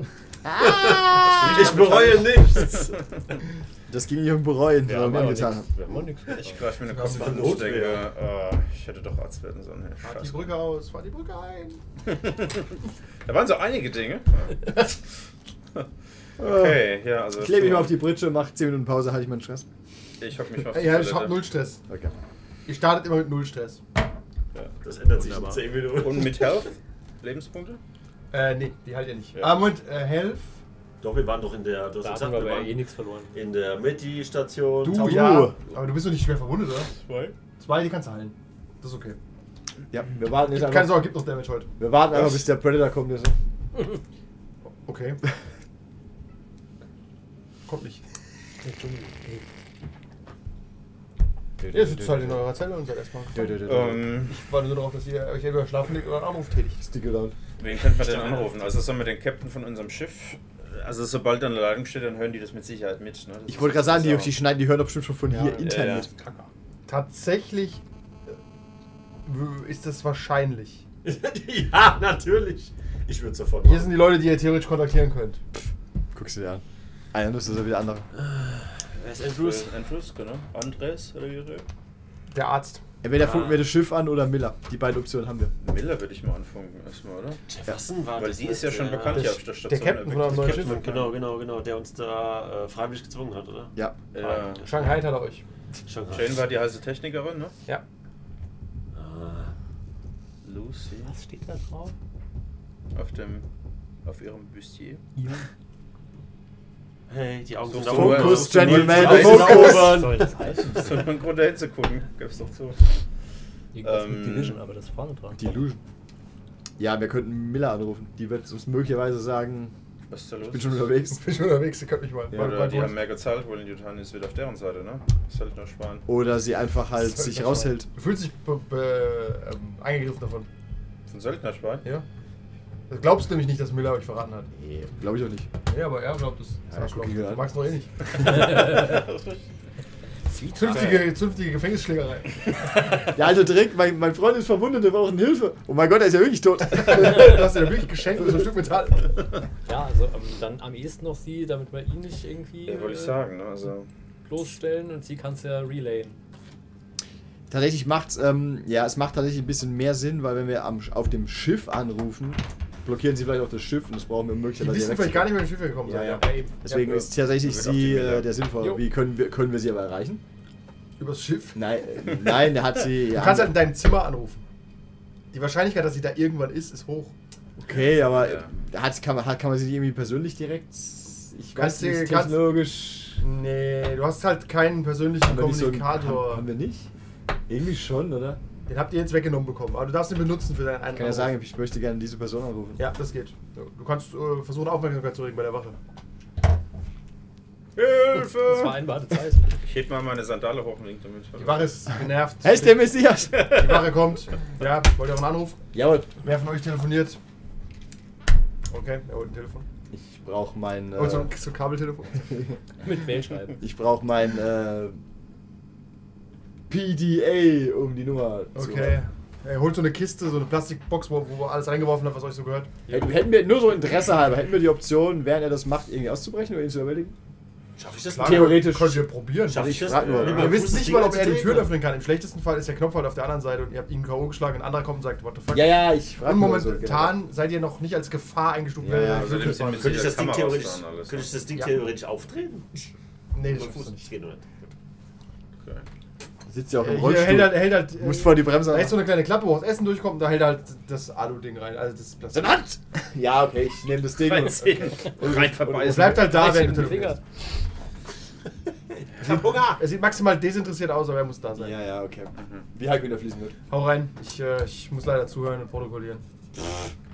Speaker 2: Ah!
Speaker 3: Hast du
Speaker 4: Ich
Speaker 3: nicht
Speaker 4: bereue
Speaker 3: abgetan?
Speaker 4: nichts.
Speaker 6: Das ging nicht um Bereuen,
Speaker 7: Wir
Speaker 6: sondern
Speaker 7: haben
Speaker 6: wir
Speaker 7: ja auch
Speaker 6: angetan haben.
Speaker 7: nichts. Wir haben auch nichts.
Speaker 3: Ich greife mir eine
Speaker 2: Das
Speaker 3: Kopf
Speaker 2: war
Speaker 3: an und
Speaker 4: Notwehr.
Speaker 3: denke, äh, ich hätte doch Arzt werden sollen. Hey,
Speaker 2: Fahrt die
Speaker 3: scheiße.
Speaker 2: Brücke aus, fahrt die Brücke ein.
Speaker 3: da waren so einige Dinge. Okay, ja, also.
Speaker 6: Ich lebe mich mal auf die Britsche, mach 10 Minuten Pause, halte ich meinen Stress.
Speaker 3: Ich hab mich mal auf die
Speaker 2: Ja, ich hab
Speaker 3: Toilette.
Speaker 2: null Stress.
Speaker 6: Okay.
Speaker 2: Ihr startet immer mit null Stress.
Speaker 4: Das ändert sich in
Speaker 3: Wunderbar.
Speaker 4: 10 Minuten.
Speaker 3: Und mit Health? Lebenspunkte?
Speaker 2: Äh, nee, die halt ihr nicht.
Speaker 3: Ja.
Speaker 2: Ah, Moment, äh, Health.
Speaker 4: Doch, wir waren doch in der, du hast
Speaker 7: Da
Speaker 4: gesagt,
Speaker 7: haben
Speaker 4: wir
Speaker 7: wir aber eh
Speaker 4: waren
Speaker 7: nichts verloren.
Speaker 4: in der Medi-Station.
Speaker 2: Du,
Speaker 6: Tabu.
Speaker 2: ja. Aber du bist doch nicht schwer verwundet, oder?
Speaker 7: Zwei?
Speaker 2: Zwei, die kannst du heilen. Das ist okay.
Speaker 6: Ja, wir warten jetzt
Speaker 2: Gibt keine
Speaker 6: einfach,
Speaker 2: Sorge, gibt noch Damage heute.
Speaker 6: wir warten einfach
Speaker 3: Was?
Speaker 6: bis der Predator kommt. Also.
Speaker 2: Okay. Kommt nicht. Ihr sitzt halt in eurer Zelle und seid erstmal.
Speaker 6: Dö, dö, dö, dö.
Speaker 3: Ähm,
Speaker 2: Ich warte nur darauf, dass ihr euch entweder schlafen legt oder einen Anruf tätigt.
Speaker 6: Stick it out.
Speaker 3: Wen könnte man denn anrufen? Also sollen wir den Captain von unserem Schiff? Also sobald er in der Ladung steht, dann hören die das mit Sicherheit mit. Ne? Das
Speaker 6: Ich
Speaker 3: ist
Speaker 6: wollte gerade sagen, die,
Speaker 3: bizarr.
Speaker 6: die schneiden, die hören doch bestimmt schon von
Speaker 2: Ja,
Speaker 6: hier
Speaker 2: ja,
Speaker 6: intern
Speaker 3: ja.
Speaker 6: mit.
Speaker 2: Tatsächlich äh, w- ist das wahrscheinlich.
Speaker 4: ja, natürlich. Ich würde sofort
Speaker 2: Hier sind die Leute, die ihr theoretisch kontaktieren könnt.
Speaker 6: Guckst du dir an. Einer ist also wie der andere.
Speaker 4: Wer ist
Speaker 3: Andrews,
Speaker 4: Andrews?
Speaker 3: Andrews, genau. Andres oder wie er heißt.
Speaker 2: Der Arzt.
Speaker 6: Entweder funken wir das Schiff an oder Miller. Die beiden Optionen haben wir.
Speaker 3: Miller würde ich mal anfunken erstmal, oder?
Speaker 4: Jefferson war
Speaker 3: Weil
Speaker 4: Ah, das
Speaker 3: die ist ja
Speaker 4: letzte,
Speaker 3: schon bekannt
Speaker 2: der-
Speaker 3: hier auf der Station.
Speaker 2: Captain von
Speaker 3: Der
Speaker 2: einem neuen
Speaker 3: Captain
Speaker 2: Schiff.
Speaker 4: Genau, genau, genau, der uns da äh, freiwillig gezwungen hat, oder?
Speaker 6: Ja.
Speaker 3: Ja.
Speaker 2: Shanghai hat er euch.
Speaker 4: Schon krass.
Speaker 3: Jane war die heiße Technikerin, ne?
Speaker 2: Ja.
Speaker 4: Ah.
Speaker 3: Lucy.
Speaker 7: Was steht da drauf?
Speaker 3: Auf dem. Auf ihrem Bustier.
Speaker 4: Hey, die Augen
Speaker 3: So,
Speaker 4: sind
Speaker 3: so,
Speaker 4: auf.
Speaker 3: Focus,
Speaker 4: So, so,
Speaker 6: Gentlemen,
Speaker 4: die Augen sind
Speaker 6: Focus.
Speaker 4: auf.
Speaker 3: So ein Grund dahin zu gucken. Gib's doch zu.
Speaker 7: Irgendwas mit
Speaker 3: Ähm,
Speaker 7: Division, aber das ist vorne dran.
Speaker 6: Die Illusion. Ja, wir könnten Miller anrufen. Die wird uns möglicherweise sagen,
Speaker 3: Was ist da los?
Speaker 6: ich bin schon unterwegs.
Speaker 2: Ich bin schon unterwegs, ihr könnt mich mal.
Speaker 6: Ja,
Speaker 2: mal-
Speaker 3: Oder
Speaker 2: mal
Speaker 3: die
Speaker 2: durch.
Speaker 3: haben mehr gezahlt, wollen Jutani ist wieder auf deren Seite, ne? Ist halt nur Schwan.
Speaker 6: Oder sie einfach halt
Speaker 2: Das
Speaker 6: sich
Speaker 2: hört man schon.
Speaker 6: raushält.
Speaker 2: Du fühlst dich be- be- ähm, eingegriffen davon.
Speaker 3: Von Söldnerschwan?
Speaker 2: Ja. Du glaubst nämlich nicht, dass Miller euch verraten hat.
Speaker 6: Glaube ich auch nicht.
Speaker 2: Ja, aber er glaubt es.
Speaker 6: Ja, guck ihn dir
Speaker 2: du
Speaker 6: an.
Speaker 2: magst doch eh nicht. zünftige, zünftige Gefängnisschlägerei.
Speaker 6: Der alte Dreck, mein, mein Freund ist verwundet, wir brauchen Hilfe. Oh mein Gott, er ist ja wirklich tot.
Speaker 2: du hast dir wirklich geschenkt mit so einem Stück Metall.
Speaker 7: Ja, also ähm, dann am ehesten noch sie, damit wir ihn nicht irgendwie
Speaker 3: Ja, wollte ich
Speaker 7: äh,
Speaker 3: sagen, ne? Also,
Speaker 7: bloßstellen und sie kann es ja relayen.
Speaker 6: tatsächlich macht's, ähm, ja, es macht tatsächlich ein bisschen mehr Sinn, weil wenn wir am, Sch- auf dem Schiff anrufen, blockieren sie vielleicht auch das Schiff und das brauchen wir
Speaker 2: Die
Speaker 6: möglicherweise
Speaker 2: wissen
Speaker 6: direkt
Speaker 2: vielleicht
Speaker 6: zu-
Speaker 2: gar nicht, wie die Schiffe gekommen
Speaker 6: Ja,
Speaker 2: sind.
Speaker 6: ja.
Speaker 2: eben.
Speaker 6: Deswegen
Speaker 2: Ja,
Speaker 6: ist tatsächlich
Speaker 3: Wir sind auf
Speaker 6: sie
Speaker 3: die Miller.
Speaker 6: äh, der sinnvolle.
Speaker 7: Jo.
Speaker 6: Wie können wir, können wir sie aber erreichen?
Speaker 2: Übers Schiff.
Speaker 6: Nein, äh, nein, der hat sie.
Speaker 2: halt Du kannst halt in deinem Zimmer anrufen. Die Wahrscheinlichkeit, dass sie da irgendwann ist, ist hoch.
Speaker 6: Okay, aber
Speaker 3: Ja.
Speaker 6: äh, hat, kann, man, hat, kann man sich nicht irgendwie persönlich direkt. Ich
Speaker 2: Kannst
Speaker 6: weiß
Speaker 2: du-
Speaker 6: nicht,
Speaker 2: kannst-
Speaker 6: technologisch.
Speaker 2: Nee, du hast halt keinen persönlichen
Speaker 6: Haben wir nicht so einen-
Speaker 2: Kommunikator.
Speaker 6: haben, haben wir nicht? Irgendwie schon, oder?
Speaker 2: Den habt ihr jetzt weggenommen bekommen, aber du darfst ihn benutzen für deinen
Speaker 6: Ich
Speaker 2: Einruf.
Speaker 6: kann ja sagen, ich möchte gerne diese Person anrufen.
Speaker 2: Ja, das geht. Du kannst äh, versuchen, Aufmerksamkeit zu regen bei der Wache.
Speaker 7: Das war einbarte Zeit.
Speaker 3: Ich heb mal meine Sandale hoch und link damit.
Speaker 2: Die Wache ist genervt.
Speaker 6: Hey, ist der Messias!
Speaker 2: Die Wache kommt. Ja, wollt ihr auch einen Anruf?
Speaker 6: Jawohl.
Speaker 2: Wer von euch telefoniert? Okay, er holt ein Telefon.
Speaker 6: Ich brauche mein.
Speaker 2: Oh, so ein,
Speaker 6: Äh,
Speaker 2: so ein Kabeltelefon.
Speaker 7: Mit Wählschreiben.
Speaker 6: ich brauche mein. Äh, PDA, um die Nummer zu
Speaker 2: Okay. Er holt so eine Kiste, so eine Plastikbox, wo, wo er alles reingeworfen hat, was euch so gehört.
Speaker 6: Hätten, hätten wir nur so Interesse halber, hätten wir die Option, während er das macht, irgendwie auszubrechen oder ihn zu überwältigen?
Speaker 4: Schaffe ich das?
Speaker 2: Klar,
Speaker 6: Theoretisch.
Speaker 2: Könnt ihr probieren.
Speaker 4: Schaff ich
Speaker 6: ich
Speaker 4: das?
Speaker 6: frag nur.
Speaker 4: Lieber
Speaker 2: Ihr
Speaker 4: Fuß
Speaker 2: wisst
Speaker 4: das
Speaker 2: nicht
Speaker 4: Ding
Speaker 2: mal, ob er die
Speaker 4: anzutreten.
Speaker 2: Türen öffnen kann. Im schlechtesten Fall ist der Knopf halt auf der anderen Seite und ihr habt ihn K.O. geschlagen. Ein anderer kommt und sagt, what the fuck.
Speaker 6: Ja, ja, ich frage
Speaker 2: und momentan seid ihr noch nicht als Gefahr eingestuft.
Speaker 6: Ja, ja,
Speaker 2: Nee,
Speaker 6: also
Speaker 3: dem sind wir
Speaker 4: Könnte ich das Ding
Speaker 3: Kameras
Speaker 4: theoretisch,
Speaker 3: dran, alles,
Speaker 4: könnte ich das Ding
Speaker 2: Ja.
Speaker 4: theoretisch auftreten?
Speaker 2: nee, das
Speaker 4: Mit dem
Speaker 2: schaffst
Speaker 4: Fuß
Speaker 2: du
Speaker 4: nicht
Speaker 2: nicht.
Speaker 4: gehen, oder?
Speaker 3: Okay.
Speaker 6: genau. Sitzt ja auch
Speaker 2: Äh,
Speaker 6: im
Speaker 2: Hier hält er,
Speaker 6: Rollstuhl.
Speaker 2: hält halt,
Speaker 6: Du musst vor die Bremse
Speaker 2: da ist so eine kleine Klappe, wo das Essen durchkommt und da hält er halt das Alu-Ding rein. Also das Plastik.
Speaker 6: Seine Hand! Ja, okay, ich nehme das Ding.
Speaker 3: Rein,
Speaker 6: Und,
Speaker 3: okay. rein
Speaker 2: Es
Speaker 3: verbeißen.
Speaker 2: bleibt halt da, wenn du
Speaker 7: mit dem Finger.
Speaker 2: telefonierst.
Speaker 4: Ich hab Hunger!
Speaker 2: Er sieht maximal desinteressiert aus, aber er muss da sein.
Speaker 6: ja, ja, okay. Wie Hulk wieder fließen wird.
Speaker 2: Hau rein, ich, äh, ich muss leider zuhören und protokollieren.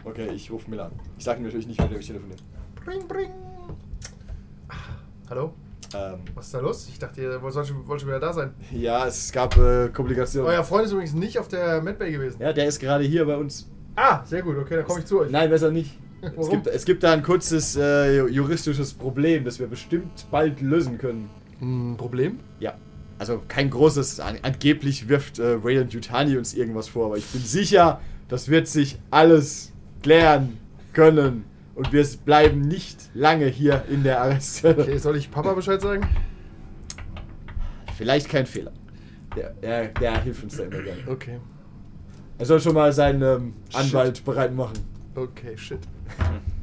Speaker 6: Okay, ich rufe Miller an. Ich sage ihm natürlich nicht, mit dem ich telefoniere.
Speaker 2: Bring, bring. Hallo,
Speaker 6: Ähm,
Speaker 2: was ist da los? Ich dachte, ihr wollt wollt schon, wollt schon wieder da sein.
Speaker 6: ja, es gab äh, Komplikationen.
Speaker 2: Euer Freund ist übrigens nicht auf der Medbay gewesen.
Speaker 6: Ja, der ist gerade hier bei uns.
Speaker 2: Ah, sehr gut, okay, dann komme ich zu euch.
Speaker 6: Nein, besser nicht. Es
Speaker 2: Warum?
Speaker 6: gibt, es gibt da ein kurzes äh, ju- juristisches Problem, das wir bestimmt bald lösen können.
Speaker 2: Hm, Problem?
Speaker 6: Ja, also kein großes. An, angeblich wirft äh, Rayland Yutani uns irgendwas vor, aber ich bin sicher, das wird sich alles klären können. Und wir s- bleiben nicht lange hier in der Arrestzelle.
Speaker 2: Okay, soll ich Papa Bescheid sagen?
Speaker 6: Vielleicht kein Fehler. Der, der, der hilft uns da immer gerne.
Speaker 2: Okay.
Speaker 6: Er soll schon mal seinen ähm,
Speaker 2: Shit.
Speaker 6: Anwalt bereit machen.
Speaker 2: Okay, shit.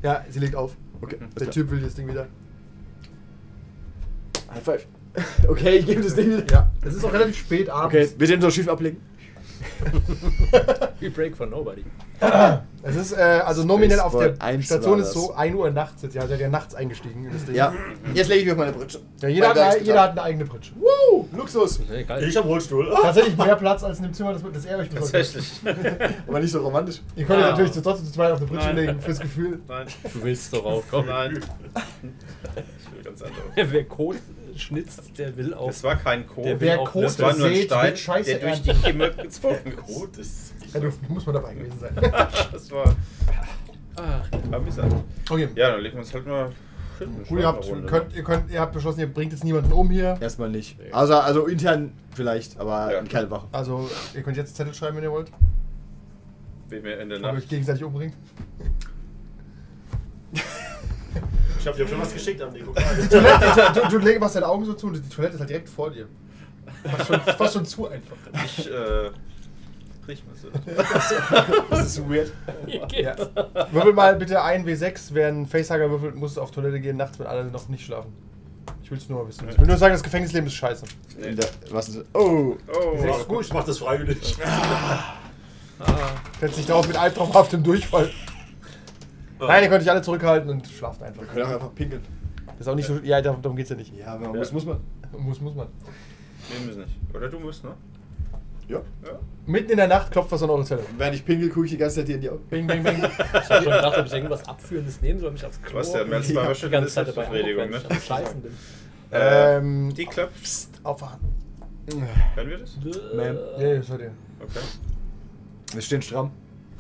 Speaker 2: Ja, sie legt auf.
Speaker 6: Okay,
Speaker 2: Der
Speaker 6: alles klar.
Speaker 2: Typ will das Ding wieder.
Speaker 6: High five. Okay, ich gebe das Ding wieder.
Speaker 2: Ja, es ist auch relativ spät
Speaker 6: Okay,
Speaker 2: abends.
Speaker 6: wir den so schief ablegen.
Speaker 7: We break for nobody.
Speaker 2: Es ist, äh, also nominell auf der
Speaker 6: Spaceball 1
Speaker 2: Station
Speaker 6: war
Speaker 2: ist so
Speaker 6: das.
Speaker 2: 1 Uhr nachts. Jetzt, ja, der hat ja nachts eingestiegen in das Ding.
Speaker 6: Ja, jetzt lege ich mich auf meine Britsche.
Speaker 2: Ja, jeder, hat,
Speaker 6: Weil da ist
Speaker 2: eine- jeder
Speaker 6: getan.
Speaker 2: hat eine eigene Pritsche.
Speaker 6: Woo! Luxus!
Speaker 7: Nee, geil.
Speaker 4: Ich am Rollstuhl. Ah!
Speaker 2: Tatsächlich mehr Platz als in dem Zimmer, das, das er euch besorgt hat.
Speaker 3: Tatsächlich.
Speaker 6: Aber nicht so romantisch.
Speaker 2: Ihr könnt ja.
Speaker 3: Ja.
Speaker 2: natürlich zu- trotzdem zu zweit auf eine Pritsche
Speaker 3: Nein.
Speaker 2: legen, fürs Gefühl.
Speaker 3: Nein.
Speaker 7: Du willst doch raufkommen.
Speaker 3: Nein. Ich will ganz andere.
Speaker 7: Wer Kot schnitzt, der will auch.
Speaker 3: Das war kein Kot.
Speaker 7: Der
Speaker 2: Oh. Wer
Speaker 7: auch-
Speaker 2: Kot
Speaker 3: das war nur ein
Speaker 2: sät,
Speaker 3: Stein,
Speaker 2: wird Scheiße
Speaker 3: der durch die
Speaker 2: ernten.
Speaker 3: Kimme gezogen ist.
Speaker 4: Gut ist.
Speaker 2: Ja, du, muss man dabei gewesen sein.
Speaker 3: Das war
Speaker 7: Ach,
Speaker 3: amüsant.
Speaker 2: Okay.
Speaker 3: Ja, dann legen wir uns halt mal hin.
Speaker 2: Gut, ihr habt, könnt,
Speaker 6: ne?
Speaker 3: ne?
Speaker 2: ihr, könnt, ihr habt beschlossen, ihr bringt jetzt niemanden um hier.
Speaker 6: Erstmal nicht. Also, also intern vielleicht, aber
Speaker 3: Ja.
Speaker 6: keine Wache.
Speaker 2: Also, ihr könnt jetzt Zettel schreiben, wenn ihr wollt.
Speaker 6: Genau.
Speaker 3: Wenn wir in der
Speaker 2: Ob ihr
Speaker 3: Nacht.
Speaker 2: euch gegenseitig umbringt.
Speaker 4: Ich hab dir schon was geschickt an Nico.
Speaker 2: du, du leg- machst deine Augen so zu und die Toilette ist halt direkt vor dir. Fast schon, fast schon zu einfach.
Speaker 3: Ich, äh. Riech mal so.
Speaker 6: Das ist weird.
Speaker 7: hier
Speaker 2: Ja.
Speaker 7: geht's.
Speaker 2: Würfel mal bitte ein W6. Wer einen Facehager würfelt, muss auf Toilette gehen nachts, wenn alle noch nicht schlafen. Ich will's nur mal wissen. Ich will nur sagen, das Gefängnisleben ist scheiße.
Speaker 6: In der, was ist, oh!
Speaker 3: Oh,
Speaker 2: Sechs.
Speaker 3: wow.
Speaker 2: gut.
Speaker 4: Ich mach das freiwillig.
Speaker 2: Setzt dich darauf mit albtraumhaftem Durchfall. Nein, ihr könnt euch alle zurückhalten und schlaft einfach.
Speaker 6: Wir können auch einfach pinkeln.
Speaker 2: Das ist auch nicht so. Ja, darum darum geht's ja nicht.
Speaker 6: Ja, aber man muss, muss man.
Speaker 2: Muss, muss man.
Speaker 3: wir müssen nicht. Oder du musst, ne?
Speaker 6: Ja.
Speaker 3: Ja.
Speaker 2: Mitten in der Nacht klopft was an eure Zelle.
Speaker 6: Während ich pinkel, gucke ich die ganze Zeit dir in die Augen.
Speaker 2: Bing, bing, bing.
Speaker 7: Ich hab schon gedacht, ob ich irgendwas Abführendes nehmen soll, mich aufs Klo.
Speaker 3: Was, der Merz war
Speaker 7: die
Speaker 3: schon
Speaker 7: ganze
Speaker 3: eine
Speaker 7: Zeit dabei
Speaker 3: Selbstbefriedigung,
Speaker 7: angucken, wenn ich
Speaker 3: ne?
Speaker 7: am Scheißen bin.
Speaker 2: ähm,
Speaker 3: Äh, Die klopft.
Speaker 2: aufwachen.
Speaker 3: Hören wir das?
Speaker 6: Ma'am.
Speaker 2: Nee, das hört ihr.
Speaker 3: Okay.
Speaker 6: Wir stehen stramm.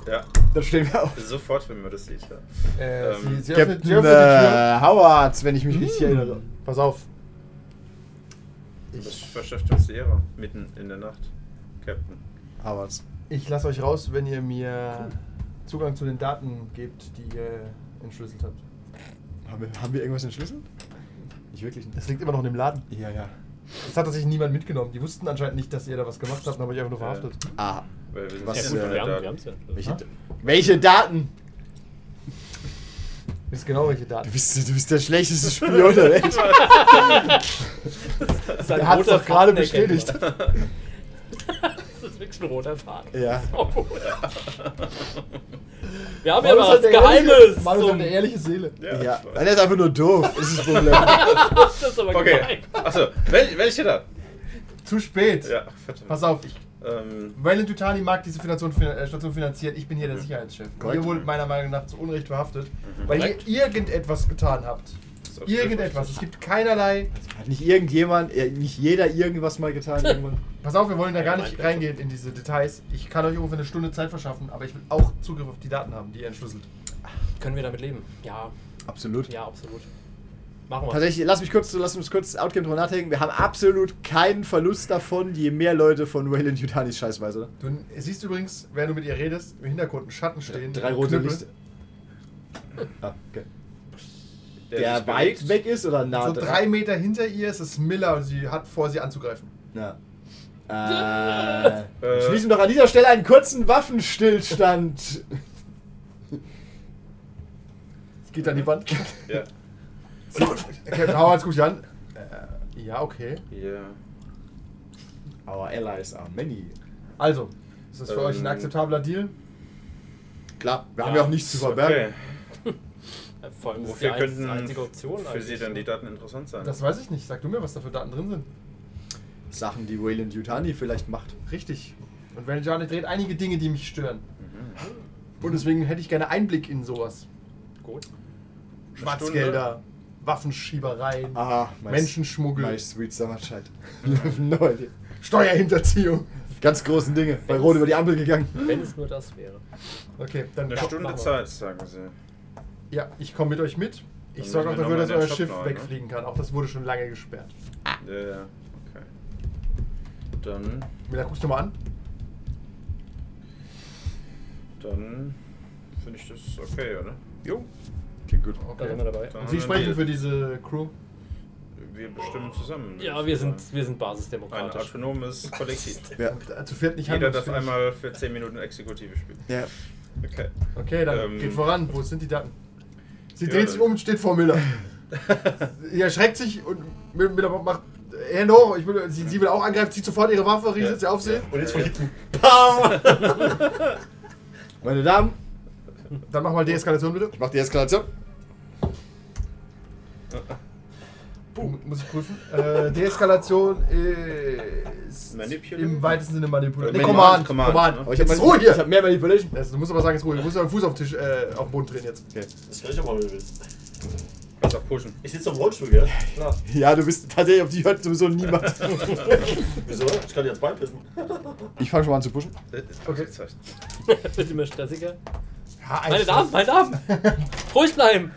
Speaker 3: Ja,
Speaker 6: Dann stehen wir auf.
Speaker 3: sofort, wenn man das sieht. Ja.
Speaker 2: Äh,
Speaker 3: Ähm,
Speaker 2: sie, sie, öffnet,
Speaker 6: Captain
Speaker 2: sie öffnet die Tür. Mm.
Speaker 6: äh, Mm. Howard, wenn ich mich richtig erinnere.
Speaker 2: Pass auf.
Speaker 3: Das
Speaker 2: Ich,
Speaker 3: verschafft uns die Ehre. Mitten in der Nacht. Captain.
Speaker 6: Howards.
Speaker 2: ich lasse euch raus, wenn ihr mir Zugang zu den Daten gebt, die ihr entschlüsselt habt.
Speaker 6: Haben wir, haben wir irgendwas entschlüsselt? Nicht wirklich.
Speaker 2: Das liegt immer noch in dem Laden.
Speaker 6: Ja, ja.
Speaker 2: Das hat tatsächlich niemand mitgenommen. Die wussten anscheinend nicht, dass ihr da was gemacht habt und haben euch einfach nur verhaftet.
Speaker 6: Ah.
Speaker 3: Weil wir sind
Speaker 6: Was,
Speaker 3: ja gut
Speaker 7: ja, gut,
Speaker 6: äh,
Speaker 3: in
Speaker 7: wir,
Speaker 3: der
Speaker 7: haben, wir
Speaker 3: Nacht.
Speaker 7: haben's ja.
Speaker 6: Welche, welche Daten?
Speaker 2: Wisst genau, welche Daten.
Speaker 6: Du bist, du bist der schlechteste Spion der Welt.
Speaker 7: Sein
Speaker 2: Er hat's
Speaker 7: roter
Speaker 2: doch gerade
Speaker 7: Faden erkennt
Speaker 2: bestätigt.
Speaker 7: man. das ist wirklich ein roter Faden.
Speaker 6: Ja.
Speaker 7: Oh. Wir haben ja
Speaker 6: Manus
Speaker 7: was
Speaker 2: halt
Speaker 6: hat eine ehrliche-
Speaker 7: Geheimes.
Speaker 6: Manus hat
Speaker 7: zum-
Speaker 6: eine ehrliche Seele.
Speaker 3: Ja,
Speaker 6: Ja,
Speaker 3: ich weiß.
Speaker 6: weil er ist einfach nur doof. Das ist das Problem.
Speaker 7: Das ist aber
Speaker 3: Okay.
Speaker 7: gemein.
Speaker 3: Achso, wel welche da?
Speaker 2: Zu spät.
Speaker 3: Ja, ach, verdammt.
Speaker 2: Pass auf, ich,
Speaker 3: Ähm,
Speaker 2: Wayland Dutani mag diese Finanzierung, äh, Station finanzieren. Ich bin hier der Sicherheitschef. Und
Speaker 6: Korrekt.
Speaker 2: Ihr wurdet meiner Meinung nach zu Unrecht verhaftet, weil
Speaker 3: Korrekt.
Speaker 2: ihr irgendetwas getan habt.
Speaker 3: ist auf jeden Fall
Speaker 2: Irgendetwas. Es
Speaker 3: richtig.
Speaker 2: gibt keinerlei.
Speaker 6: Hat nicht irgendjemand, äh, nicht jeder irgendwas mal getan? Irgendwann?
Speaker 2: Pass auf, wir wollen da
Speaker 3: Ja,
Speaker 2: gar
Speaker 3: meint
Speaker 2: nicht
Speaker 3: er
Speaker 2: reingehen in diese Details. Ich kann euch ungefähr eine Stunde Zeit verschaffen, aber ich will auch Zugriff auf die Daten haben, die ihr entschlüsselt.
Speaker 7: Können wir damit leben? Ja,
Speaker 6: Absolut.
Speaker 7: ja, absolut. Machen wir.
Speaker 6: Tatsächlich, lass mich kurz, lass uns kurz das Outgame drüber nachdenken. Wir haben absolut keinen Verlust davon, je mehr Leute von Wayland Yutanis Scheißweise.
Speaker 2: Du siehst übrigens, während du mit ihr redest, im Hintergrund einen Schatten stehen.
Speaker 6: Drei rote
Speaker 2: Knüppel.
Speaker 6: Lichter. Ah, okay.
Speaker 3: sich
Speaker 6: Der
Speaker 3: bewegt.
Speaker 6: weit weg ist oder nah
Speaker 2: So
Speaker 6: dran?
Speaker 2: drei Meter hinter ihr ist es Miller und sie hat vor, sie anzugreifen.
Speaker 6: Ja. Äh, wir
Speaker 3: Äh.
Speaker 6: Schließen doch an dieser Stelle einen kurzen Waffenstillstand.
Speaker 2: Es geht an die Wand.
Speaker 3: Ja.
Speaker 2: Captain Howard guckt dich an. Äh, ja, okay.
Speaker 3: Ja.
Speaker 6: Our allies are many.
Speaker 2: Also, ist das für
Speaker 3: Ähm.
Speaker 2: euch ein akzeptabler Deal?
Speaker 6: Klar, wir
Speaker 7: Ja,
Speaker 6: haben ja auch nichts zu verbergen.
Speaker 3: Okay.
Speaker 7: Vor allem ist die
Speaker 3: Wofür
Speaker 7: ein-
Speaker 3: könnten
Speaker 7: einzige Option
Speaker 3: für
Speaker 7: eigentlich,
Speaker 3: Sie dann
Speaker 7: ne?
Speaker 3: die Daten interessant sein?
Speaker 2: Das weiß ich nicht. Sag du mir, was da für Daten drin sind.
Speaker 6: Sachen, die Wayland Yutani vielleicht macht.
Speaker 2: Richtig. Und wenn Johnny dreht, einige Dinge, die mich stören. Und deswegen hätte ich gerne Einblick in sowas.
Speaker 7: Gut.
Speaker 2: Schwarzgelder, Waffenschiebereien,
Speaker 6: Aha,
Speaker 2: Menschenschmuggel,
Speaker 6: My sweet summer child. You have no idea.
Speaker 2: Steuerhinterziehung.
Speaker 6: Ganz großen Dinge.
Speaker 2: Äh.
Speaker 6: Bei Rot über die Ampel gegangen.
Speaker 7: Wenn es nur das wäre.
Speaker 2: Okay, dann
Speaker 3: Eine
Speaker 2: ja,
Speaker 3: Stunde
Speaker 7: machen wir.
Speaker 3: Zeit, sagen Sie.
Speaker 2: ja, ich komme mit euch mit. Ich
Speaker 3: Dann
Speaker 2: sorge auch
Speaker 3: müssen wir noch mal
Speaker 2: dafür, dass
Speaker 3: in den
Speaker 2: euer
Speaker 3: Shop
Speaker 2: Schiff
Speaker 3: rein, ne?
Speaker 2: wegfliegen kann. Auch das wurde schon lange gesperrt.
Speaker 3: Ja, ja, okay. Dann,
Speaker 2: Miller, guckst du mal an.
Speaker 3: dann finde ich das okay, oder? Jo.
Speaker 6: Klingt gut.
Speaker 7: Da sind
Speaker 2: Okay.
Speaker 7: wir
Speaker 3: Dann
Speaker 7: dabei.
Speaker 2: Und Sie
Speaker 3: haben wir
Speaker 2: sprechen
Speaker 3: einen
Speaker 2: für
Speaker 3: Deal.
Speaker 2: diese Crew.
Speaker 3: Wir bestimmen zusammen.
Speaker 7: Ja, wir sind, wir sind
Speaker 3: ein
Speaker 7: basisdemokratisch.
Speaker 3: autonomes Kollektiv.
Speaker 6: Ja.
Speaker 2: Zu viert nicht
Speaker 3: Jeder darf
Speaker 2: handlungsfähig.
Speaker 3: einmal für 10 Minuten Exekutive spielen.
Speaker 6: ja.
Speaker 3: Okay.
Speaker 2: Okay, dann
Speaker 3: Ähm,
Speaker 2: geht voran. Wo sind die Daten? Sie
Speaker 3: ja,
Speaker 2: dreht sich
Speaker 3: dann-
Speaker 2: um, steht vor Miller. sie erschreckt sich und Mil- Miller macht Hände hoch. Ich will, sie, sie will auch angreifen, zieht sofort ihre Waffe, richtet sie auf sie.
Speaker 3: Und jetzt
Speaker 6: Meine Damen,
Speaker 2: Dann mach mal Deeskalation bitte.
Speaker 6: ich mach die Eskalation.
Speaker 2: Boom. Muss ich prüfen. Äh, Deeskalation ist
Speaker 3: Manipulieren?
Speaker 2: im weitesten Sinne
Speaker 6: Äh,
Speaker 2: Äh, Manipulation. Nee, Command.
Speaker 3: Command,
Speaker 2: Command.
Speaker 3: Command,
Speaker 6: Aber ich
Speaker 2: Jetzt
Speaker 6: hab,
Speaker 2: Ruhe hier!
Speaker 6: ich hab mehr Manipulation.
Speaker 2: Also, du musst aber sagen, jetzt ruhig. Du musst deinen Fuß auf den, Tisch, äh, auf den Boden drehen jetzt.
Speaker 4: Das kann ich auch mal, wenn du willst.
Speaker 3: Pass auf, pushen.
Speaker 4: Ich sitze am Rollstuhl, gell? Klar.
Speaker 6: Ja, du bist tatsächlich auf die hört sowieso niemand.
Speaker 4: Wieso? Ich kann dir jetzt beipissen.
Speaker 6: Ich fange schon mal an zu pushen.
Speaker 3: Das oh ist
Speaker 2: Okay.
Speaker 3: Zeichen.
Speaker 7: Das ist immer stressiger.
Speaker 2: Ja,
Speaker 7: Meine
Speaker 2: eigentlich-
Speaker 7: Damen, meine Damen! Ruhig bleiben!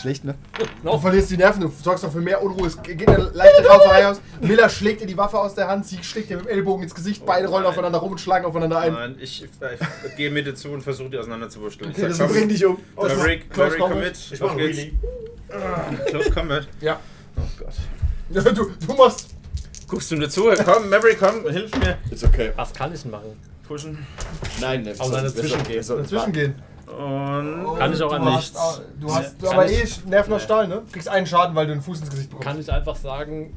Speaker 6: Schlecht, ne?
Speaker 2: Du verlierst die Nerven, du sorgst noch für mehr Unruhe. Es geht eine leichte Rauferei aus. Miller schlägt ihr die Waffe aus der Hand, sie schlägt ihr mit dem Ellbogen ins Gesicht. Beide rollen
Speaker 3: nein.
Speaker 2: aufeinander rum und schlagen aufeinander ein.
Speaker 3: Nein, ich, ich, ich gehe mit dazu und versuche die auseinanderzuwurschteln.
Speaker 2: Okay,
Speaker 3: ich
Speaker 2: das
Speaker 3: sag,
Speaker 2: ist
Speaker 3: komm,
Speaker 6: Bring dich um.
Speaker 2: das ist
Speaker 3: Maverick,
Speaker 2: close
Speaker 3: Maverick,
Speaker 2: combat.
Speaker 3: commit.
Speaker 4: Ich mach einen Wheelie.
Speaker 3: Close Combat.
Speaker 2: Ja.
Speaker 3: Oh Gott.
Speaker 2: Du, du machst.
Speaker 3: Guckst du mir zu? Komm, Maverick, komm, hilf mir.
Speaker 6: Ist okay.
Speaker 7: Was kann ich denn machen?
Speaker 3: Pushen.
Speaker 6: Nein, ne.
Speaker 7: Außer
Speaker 6: das ist
Speaker 7: dazwischen
Speaker 6: besser.
Speaker 7: gehen.
Speaker 6: Besser.
Speaker 2: Dazwischen gehen.
Speaker 3: Und.
Speaker 7: Kann ich auch
Speaker 2: Du
Speaker 7: an
Speaker 2: hast-
Speaker 7: nichts.
Speaker 2: Du hast
Speaker 7: Nee.
Speaker 2: aber
Speaker 7: Kann
Speaker 2: eh
Speaker 7: ich-
Speaker 2: Nerven aus
Speaker 7: Nee.
Speaker 2: Stahl, ne? Kriegst einen Schaden, weil du einen Fuß ins Gesicht bekommst.
Speaker 7: Kann ich einfach sagen,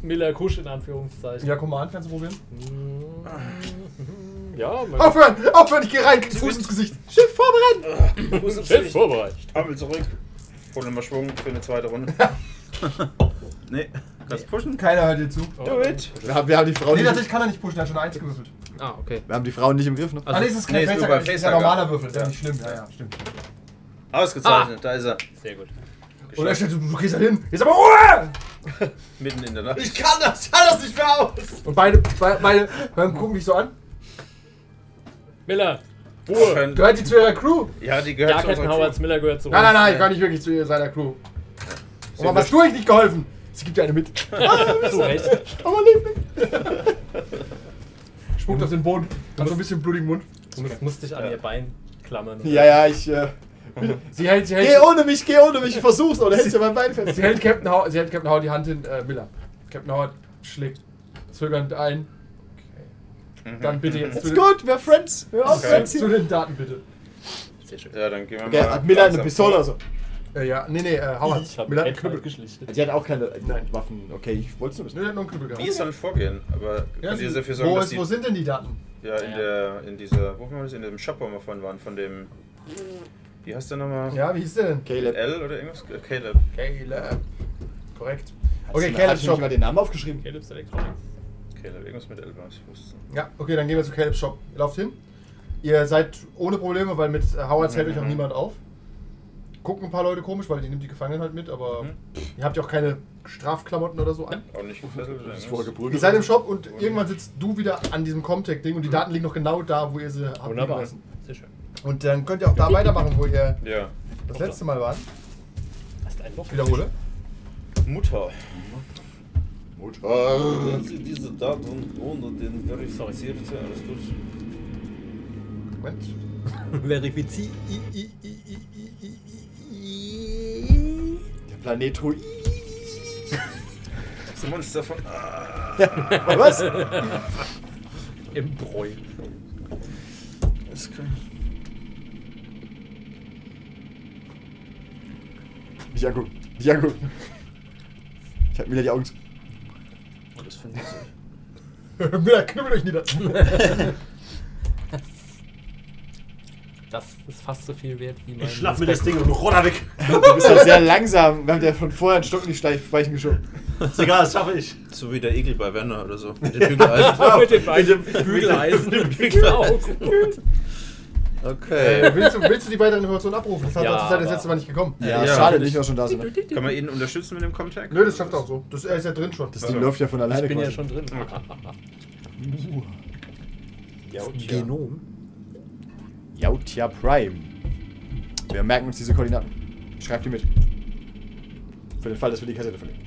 Speaker 7: Miller Kusch in Anführungszeichen.
Speaker 2: ja, komm mal an, kannst du probieren.
Speaker 7: ja mein
Speaker 2: Aufhören! Aufhören, ich geh rein, krieg einen Fuß ins Gesicht. Schiff vorbereiten!
Speaker 7: Schiff vorbereitet.
Speaker 3: Ampel zurück. Hol nochmal Schwung für eine zweite Runde. nee, kannst pushen?
Speaker 2: Keiner hört dir zu.
Speaker 3: Do it.
Speaker 6: Wir haben, wir haben die Frau
Speaker 2: Oh, Nee,
Speaker 6: nicht.
Speaker 2: natürlich kann er nicht pushen, er hat schon eine Eins gewürfelt.
Speaker 7: Ah, okay.
Speaker 6: Wir haben die Frauen nicht im Griff, ne?
Speaker 2: Ah, nee, es ist
Speaker 3: nee,
Speaker 2: kein
Speaker 3: ist nur
Speaker 2: Facehacker,
Speaker 3: beim
Speaker 2: es ist ein
Speaker 3: Facehacker.
Speaker 2: normaler Würfel, der ist nicht schlimm. Ja, ja, stimmt.
Speaker 3: Ausgezeichnet, da ist er.
Speaker 7: Sehr gut.
Speaker 2: Oder er stellt so, du gehst da hin, jetzt aber Ruhe!
Speaker 3: Mitten in der Nacht.
Speaker 6: kann das, kann das nicht mehr aus!
Speaker 2: Und beide, be- beide hören, gucken dich so an.
Speaker 7: Miller! Ruhe!
Speaker 2: Gehört die zu ihrer Crew?
Speaker 3: Ja, die
Speaker 7: Ja,
Speaker 3: gehört zu
Speaker 7: Captain
Speaker 3: unserer
Speaker 7: Howards
Speaker 3: Crew.
Speaker 7: Miller gehört zu uns.
Speaker 2: Nein, nein, nein, ich gehöre nicht wirklich zu ihr- seiner Crew.
Speaker 3: Sie
Speaker 2: Aber was du euch nicht geholfen? Sie gibt dir eine mit.
Speaker 7: nein. Zu Recht.
Speaker 2: Aber lebt nicht. Spuckt auf den Boden. Hat so ein bisschen blutigen Mund.
Speaker 7: Du musst, musst dich an ihr Bein klammern. oder?
Speaker 6: Ja, ja, ich. Äh,
Speaker 2: Sie hält, sie hält,
Speaker 6: geh ohne mich, geh ohne mich, ich versuch's, oder hältst du mein Bein fest?
Speaker 2: sie hält Captain Howard, sie hält Captain Howard die Hand in äh, Miller. Captain Howard schlägt zögernd ein. Okay. Dann bitte jetzt zu den,
Speaker 6: Ist gut, wir Friends. Wir auch
Speaker 3: Okay.
Speaker 6: Friends
Speaker 2: zu
Speaker 6: hier.
Speaker 2: den Daten bitte.
Speaker 7: Sehr schön.
Speaker 3: Ja, dann gehen wir
Speaker 6: Der
Speaker 3: mal.
Speaker 6: hat Miller eine
Speaker 3: langsam
Speaker 6: Pistole oder so.
Speaker 2: Äh, ja, nee, nee, äh, Howard.
Speaker 7: Ich habe
Speaker 2: Miller hat einen
Speaker 7: Red
Speaker 2: Knüppel.
Speaker 7: Knight geschlichtet.
Speaker 6: Die hat auch keine
Speaker 2: Nein.
Speaker 6: Waffen. Okay, ich wollte es nur
Speaker 2: Nee,
Speaker 6: wissen.
Speaker 2: der hat nur einen Knüppel gehabt.
Speaker 3: Wir sollen vorgehen, aber
Speaker 2: Ja,
Speaker 3: könnt ihr
Speaker 2: sie-
Speaker 3: dafür sorgen,
Speaker 2: wo,
Speaker 3: dass
Speaker 2: ist,
Speaker 3: die,
Speaker 2: wo sind denn die Daten?
Speaker 3: ja, in
Speaker 7: Ja.
Speaker 3: der, in dieser, wo waren wir das? In dem Shop, wo wir vorhin waren, von dem, wie heißt der nochmal?
Speaker 2: Ja, wie hieß der denn?
Speaker 6: Caleb.
Speaker 3: L oder irgendwas? Äh, Caleb.
Speaker 2: Caleb. Korrekt.
Speaker 6: Hat's-
Speaker 2: Okay, Caleb
Speaker 6: hat sie nicht
Speaker 2: Shop.
Speaker 6: mal den Namen aufgeschrieben.
Speaker 7: Caleb's Electronics.
Speaker 3: Caleb, irgendwas mit L war es, ich wusste es.
Speaker 2: Ja, okay, dann gehen wir zu Caleb Shop. Ihr lauft hin. Ihr seid ohne Probleme, weil mit äh, Howards hält euch auch
Speaker 3: Mhm.
Speaker 2: niemand auf. Gucken ein paar Leute komisch, weil die nimmt die Gefangenen halt mit, aber
Speaker 3: Mhm.
Speaker 2: ihr habt ja auch keine Strafklamotten oder so an.
Speaker 3: Auch nicht gefesselt oder
Speaker 6: Ich
Speaker 3: irgendwas?
Speaker 6: wurde geprügelt.
Speaker 2: Ihr seid im Shop und irgendwann sitzt du wieder an diesem Comtech-Ding und
Speaker 6: Mhm.
Speaker 2: die Daten liegen noch genau da, wo ihr sie habt liegen
Speaker 7: Wunderbar.
Speaker 2: lassen.
Speaker 7: Sehr schön.
Speaker 2: Und dann könnt ihr auch da weitermachen, wo ihr
Speaker 3: Ja.
Speaker 2: das letzte Mal wart.
Speaker 7: Hast ein Loch.
Speaker 2: Wiederhole.
Speaker 3: Mutter.
Speaker 6: Mutter.
Speaker 3: Wenn Sie diese Daten ohne den verifizierte, alles gut.
Speaker 2: Moment.
Speaker 7: Verifizier.
Speaker 6: Der Planet Hui.
Speaker 3: Das ist ein Monster von. Ah,
Speaker 6: Was?
Speaker 7: Im Bräu.
Speaker 3: ist kein.
Speaker 6: Nicht angucken. Nicht angucken. Ich hab wieder die Augen zu.
Speaker 3: Oh, das finde ich so.
Speaker 2: Müller, knüppelt euch nieder.
Speaker 7: Das ist fast so viel wert wie mein.
Speaker 4: Ich schlag mir das Ding und roller weg.
Speaker 6: Du bist doch sehr langsam. Wir haben dir von vorher einen Stock in die Steif- Speichen geschoben.
Speaker 4: Ist egal, das schaffe ich.
Speaker 3: So wie der Igel bei Werner oder so. Mit dem Bügeleisen.
Speaker 7: mit den beiden Bügeleisen. Genau.
Speaker 3: Okay.
Speaker 2: äh, willst, du, willst du die weiteren Informationen abrufen? Das hat
Speaker 7: Ja,
Speaker 2: ja, zurzeit das
Speaker 7: aber-
Speaker 2: letzte Mal nicht gekommen.
Speaker 6: Ja,
Speaker 3: Ja.
Speaker 6: schade, nicht, dass wir schon da ne? sind.
Speaker 3: Kann man ihn unterstützen mit dem Contact?
Speaker 2: Nö, das schafft er auch so. Das, er ist ja drin schon.
Speaker 6: Das Ding läuft ja von alleine
Speaker 7: Ich bin ja
Speaker 6: quasi.
Speaker 7: schon drin.
Speaker 4: Genom?
Speaker 6: Yautja Prime. Wir merken uns diese Koordinaten. Schreibt die mit. Für den Fall, dass wir die Kassette verlegen.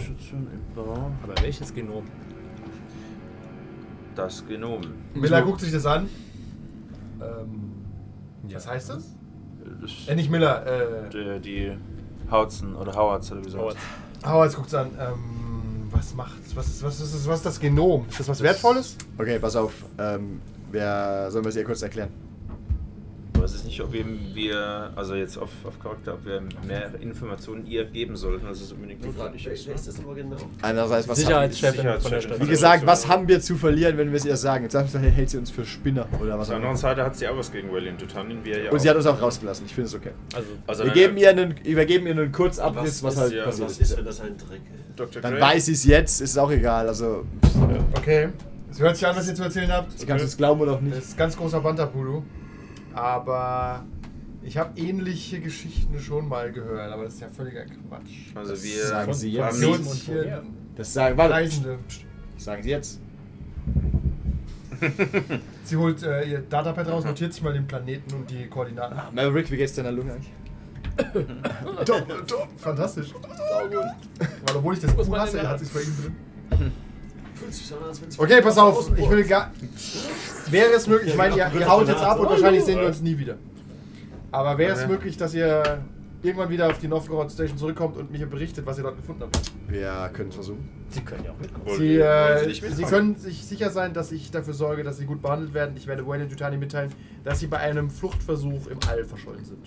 Speaker 3: Station im Bau.
Speaker 7: Aber welches Genom?
Speaker 3: Das Genom.
Speaker 2: Miller guckt sich das an. Ähm, Was heißt das?
Speaker 3: Das,
Speaker 2: Äh, nicht Miller. Äh,
Speaker 3: der, die Hautzen oder Howards oder wie so.
Speaker 7: Howards.
Speaker 2: Howard guckt es an. Ähm, was macht's? Was ist, was, ist, das- was ist das Genom? Ist das was Wertvolles?
Speaker 6: Okay, pass auf. Ähm, wer soll mir das ihr kurz erklären?
Speaker 3: Ich weiß jetzt nicht, ob eben wir, also jetzt auf, auf Charakter, ob wir mehr Informationen ihr geben sollten, als es unbedingt notwendig ist.
Speaker 4: Wer
Speaker 3: Ne?
Speaker 4: ist das nochmal genau?
Speaker 6: Andererseits, was haben,
Speaker 7: Sicherheitschefin von der
Speaker 3: Sicherheitschefin.
Speaker 7: Station.
Speaker 6: Wie gesagt, was
Speaker 3: Also,
Speaker 6: haben wir zu verlieren, wenn wir es ihr sagen? Jetzt sagt sie, hält sie uns für Spinner oder
Speaker 3: Auf
Speaker 6: was
Speaker 3: der
Speaker 6: auch
Speaker 3: anderen
Speaker 6: immer.
Speaker 3: Seite hat sie auch was gegen William Tutanin, wir ja
Speaker 6: Und
Speaker 3: auch.
Speaker 6: sie hat uns auch rausgelassen. Ich finde es okay.
Speaker 7: Also,
Speaker 3: also
Speaker 6: Wir
Speaker 3: dann-
Speaker 2: äh,
Speaker 6: geben ihr einen, wir geben ihr einen Kurzabriss, was,
Speaker 4: ist,
Speaker 6: halt
Speaker 3: ja,
Speaker 6: passiert
Speaker 4: Was
Speaker 6: ist.
Speaker 4: ist, wenn das ein Dreck ist?
Speaker 3: Dr.
Speaker 6: Dann
Speaker 3: Gray.
Speaker 6: weiß sie es jetzt, ist es auch egal. Also, pff,
Speaker 2: Okay. Es hört sich an, was ihr zu erzählen habt.
Speaker 6: sie kann es uns glauben oder auch
Speaker 2: Das
Speaker 6: nicht.
Speaker 2: ist ganz großer Bantapudu. Aber ich habe ähnliche Geschichten schon mal gehört, aber das ist ja völliger Quatsch.
Speaker 3: Also wir
Speaker 6: Das sagen sie jetzt.
Speaker 3: haben
Speaker 2: Wir
Speaker 3: nicht-
Speaker 2: uns hier
Speaker 6: Das sagen, warte,
Speaker 2: Reisende.
Speaker 6: das sagen sie jetzt.
Speaker 2: Sie holt äh, ihr Datapad raus, notiert sich mal den Planeten und die Koordinaten.
Speaker 6: Maverick, wie geht's deiner Lunge eigentlich?
Speaker 2: Top, top, fantastisch. Weil obwohl ich das
Speaker 7: Muss
Speaker 2: Buch
Speaker 7: man
Speaker 2: hasse,
Speaker 7: denn da-
Speaker 2: hat sich's bei ihm drin.
Speaker 4: Fühlt sich so an, als wenn es-
Speaker 2: Okay, pass auf,
Speaker 4: Außenbord.
Speaker 2: ich will gar. Wäre es möglich, ich meine, ihr, ihr haut jetzt ab und wahrscheinlich sehen wir uns nie wieder. Aber wäre es möglich, dass ihr irgendwann wieder auf die Novgorod Station zurückkommt und mir hier berichtet, was ihr dort gefunden habt?
Speaker 6: Wir können es versuchen.
Speaker 4: Sie können ja auch mitkommen.
Speaker 3: Wollen
Speaker 2: Sie,
Speaker 3: wir- wollen
Speaker 2: äh,
Speaker 3: nicht
Speaker 2: Sie
Speaker 3: mitmachen?
Speaker 2: können sich sicher sein, dass ich dafür sorge, dass Sie gut behandelt werden. Ich werde Wayne und Jutani mitteilen, dass Sie bei einem Fluchtversuch im All verschollen sind.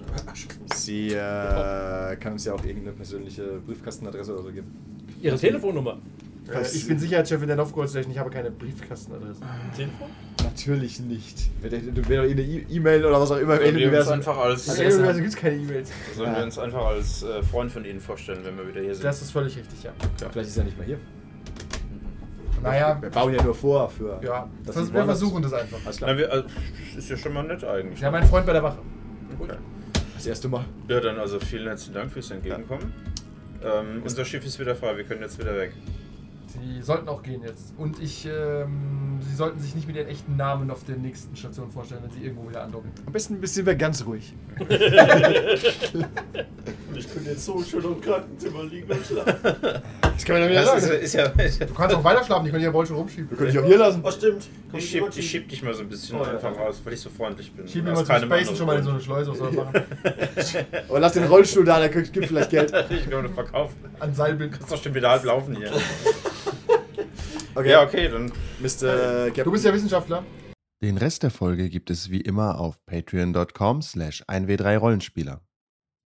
Speaker 6: Sie äh, kann uns ja auch irgendeine persönliche Briefkastenadresse oder so geben.
Speaker 7: Ihre Telefonnummer.
Speaker 2: Äh, ich bin Sicherheitschef in der Novgorod Station, ich habe keine Briefkastenadresse.
Speaker 7: Telefon?
Speaker 6: Natürlich nicht. Wenn der- Du wäre doch eine E- E-Mail oder was auch immer im
Speaker 3: Sollen wir uns
Speaker 6: Universum.
Speaker 3: einfach als,
Speaker 2: Also, also gibt es keine E-Mails.
Speaker 3: sollen wir uns einfach als äh, Freund von Ihnen vorstellen, wenn wir wieder hier sind?
Speaker 2: Das ist völlig richtig, ja.
Speaker 6: Vielleicht ist er nicht mal hier.
Speaker 2: Naja,
Speaker 6: Wir bauen ja nur vor für.
Speaker 2: ja,
Speaker 6: dass
Speaker 2: vers-
Speaker 6: sie
Speaker 2: wir
Speaker 6: wollen, dass-
Speaker 2: versuchen das einfach.
Speaker 6: Alles
Speaker 3: Na,
Speaker 6: klar.
Speaker 3: wir, also, ist ja schon mal nett eigentlich.
Speaker 2: Wir haben einen Freund bei der Wache.
Speaker 3: Okay.
Speaker 6: Das erste Mal.
Speaker 3: Ja, dann also vielen herzlichen Dank fürs Entgegenkommen. Ähm, unser Schiff ist wieder frei, wir können jetzt wieder weg.
Speaker 2: Sie sollten auch gehen jetzt. Und ich, ähm, Sie sollten sich nicht mit Ihren echten Namen auf der nächsten Station vorstellen, wenn Sie irgendwo wieder andocken.
Speaker 6: Am besten ein bisschen wir ganz ruhig.
Speaker 4: Ich könnte jetzt so schön im Krankenzimmer liegen und schlafen.
Speaker 6: Das kann man doch wieder
Speaker 3: Das ist,
Speaker 6: sagen.
Speaker 3: ist ja.
Speaker 2: Du kannst auch weiter schlafen, ich kann ja Bolschen rumschieben.
Speaker 6: Könnte ich auch hier lassen.
Speaker 4: Oh, stimmt. Komm,
Speaker 3: Ich schieb,
Speaker 4: Timothy.
Speaker 3: ich schieb dich mal so ein bisschen
Speaker 4: Oh, ja.
Speaker 3: einfach raus, weil ich so freundlich bin.
Speaker 2: Schieb mir
Speaker 3: Aus
Speaker 2: mal zum
Speaker 3: keinem
Speaker 2: Space schon mal in so
Speaker 3: anderen
Speaker 2: eine Schleuse, was soll man machen?
Speaker 6: Aber lass den Rollstuhl da, der kriegt- gibt vielleicht Geld.
Speaker 3: Grund. Ich kann nur verkaufen.
Speaker 2: An Seilbild.
Speaker 3: Das ist doch schon wieder halb laufen hier.
Speaker 6: Okay,
Speaker 3: Ja, okay, dann.
Speaker 6: Mr. Captain.
Speaker 2: Du bist ja Wissenschaftler.
Speaker 1: Den Rest der Folge gibt es wie immer auf patreon.com slash 1w3rollenspieler.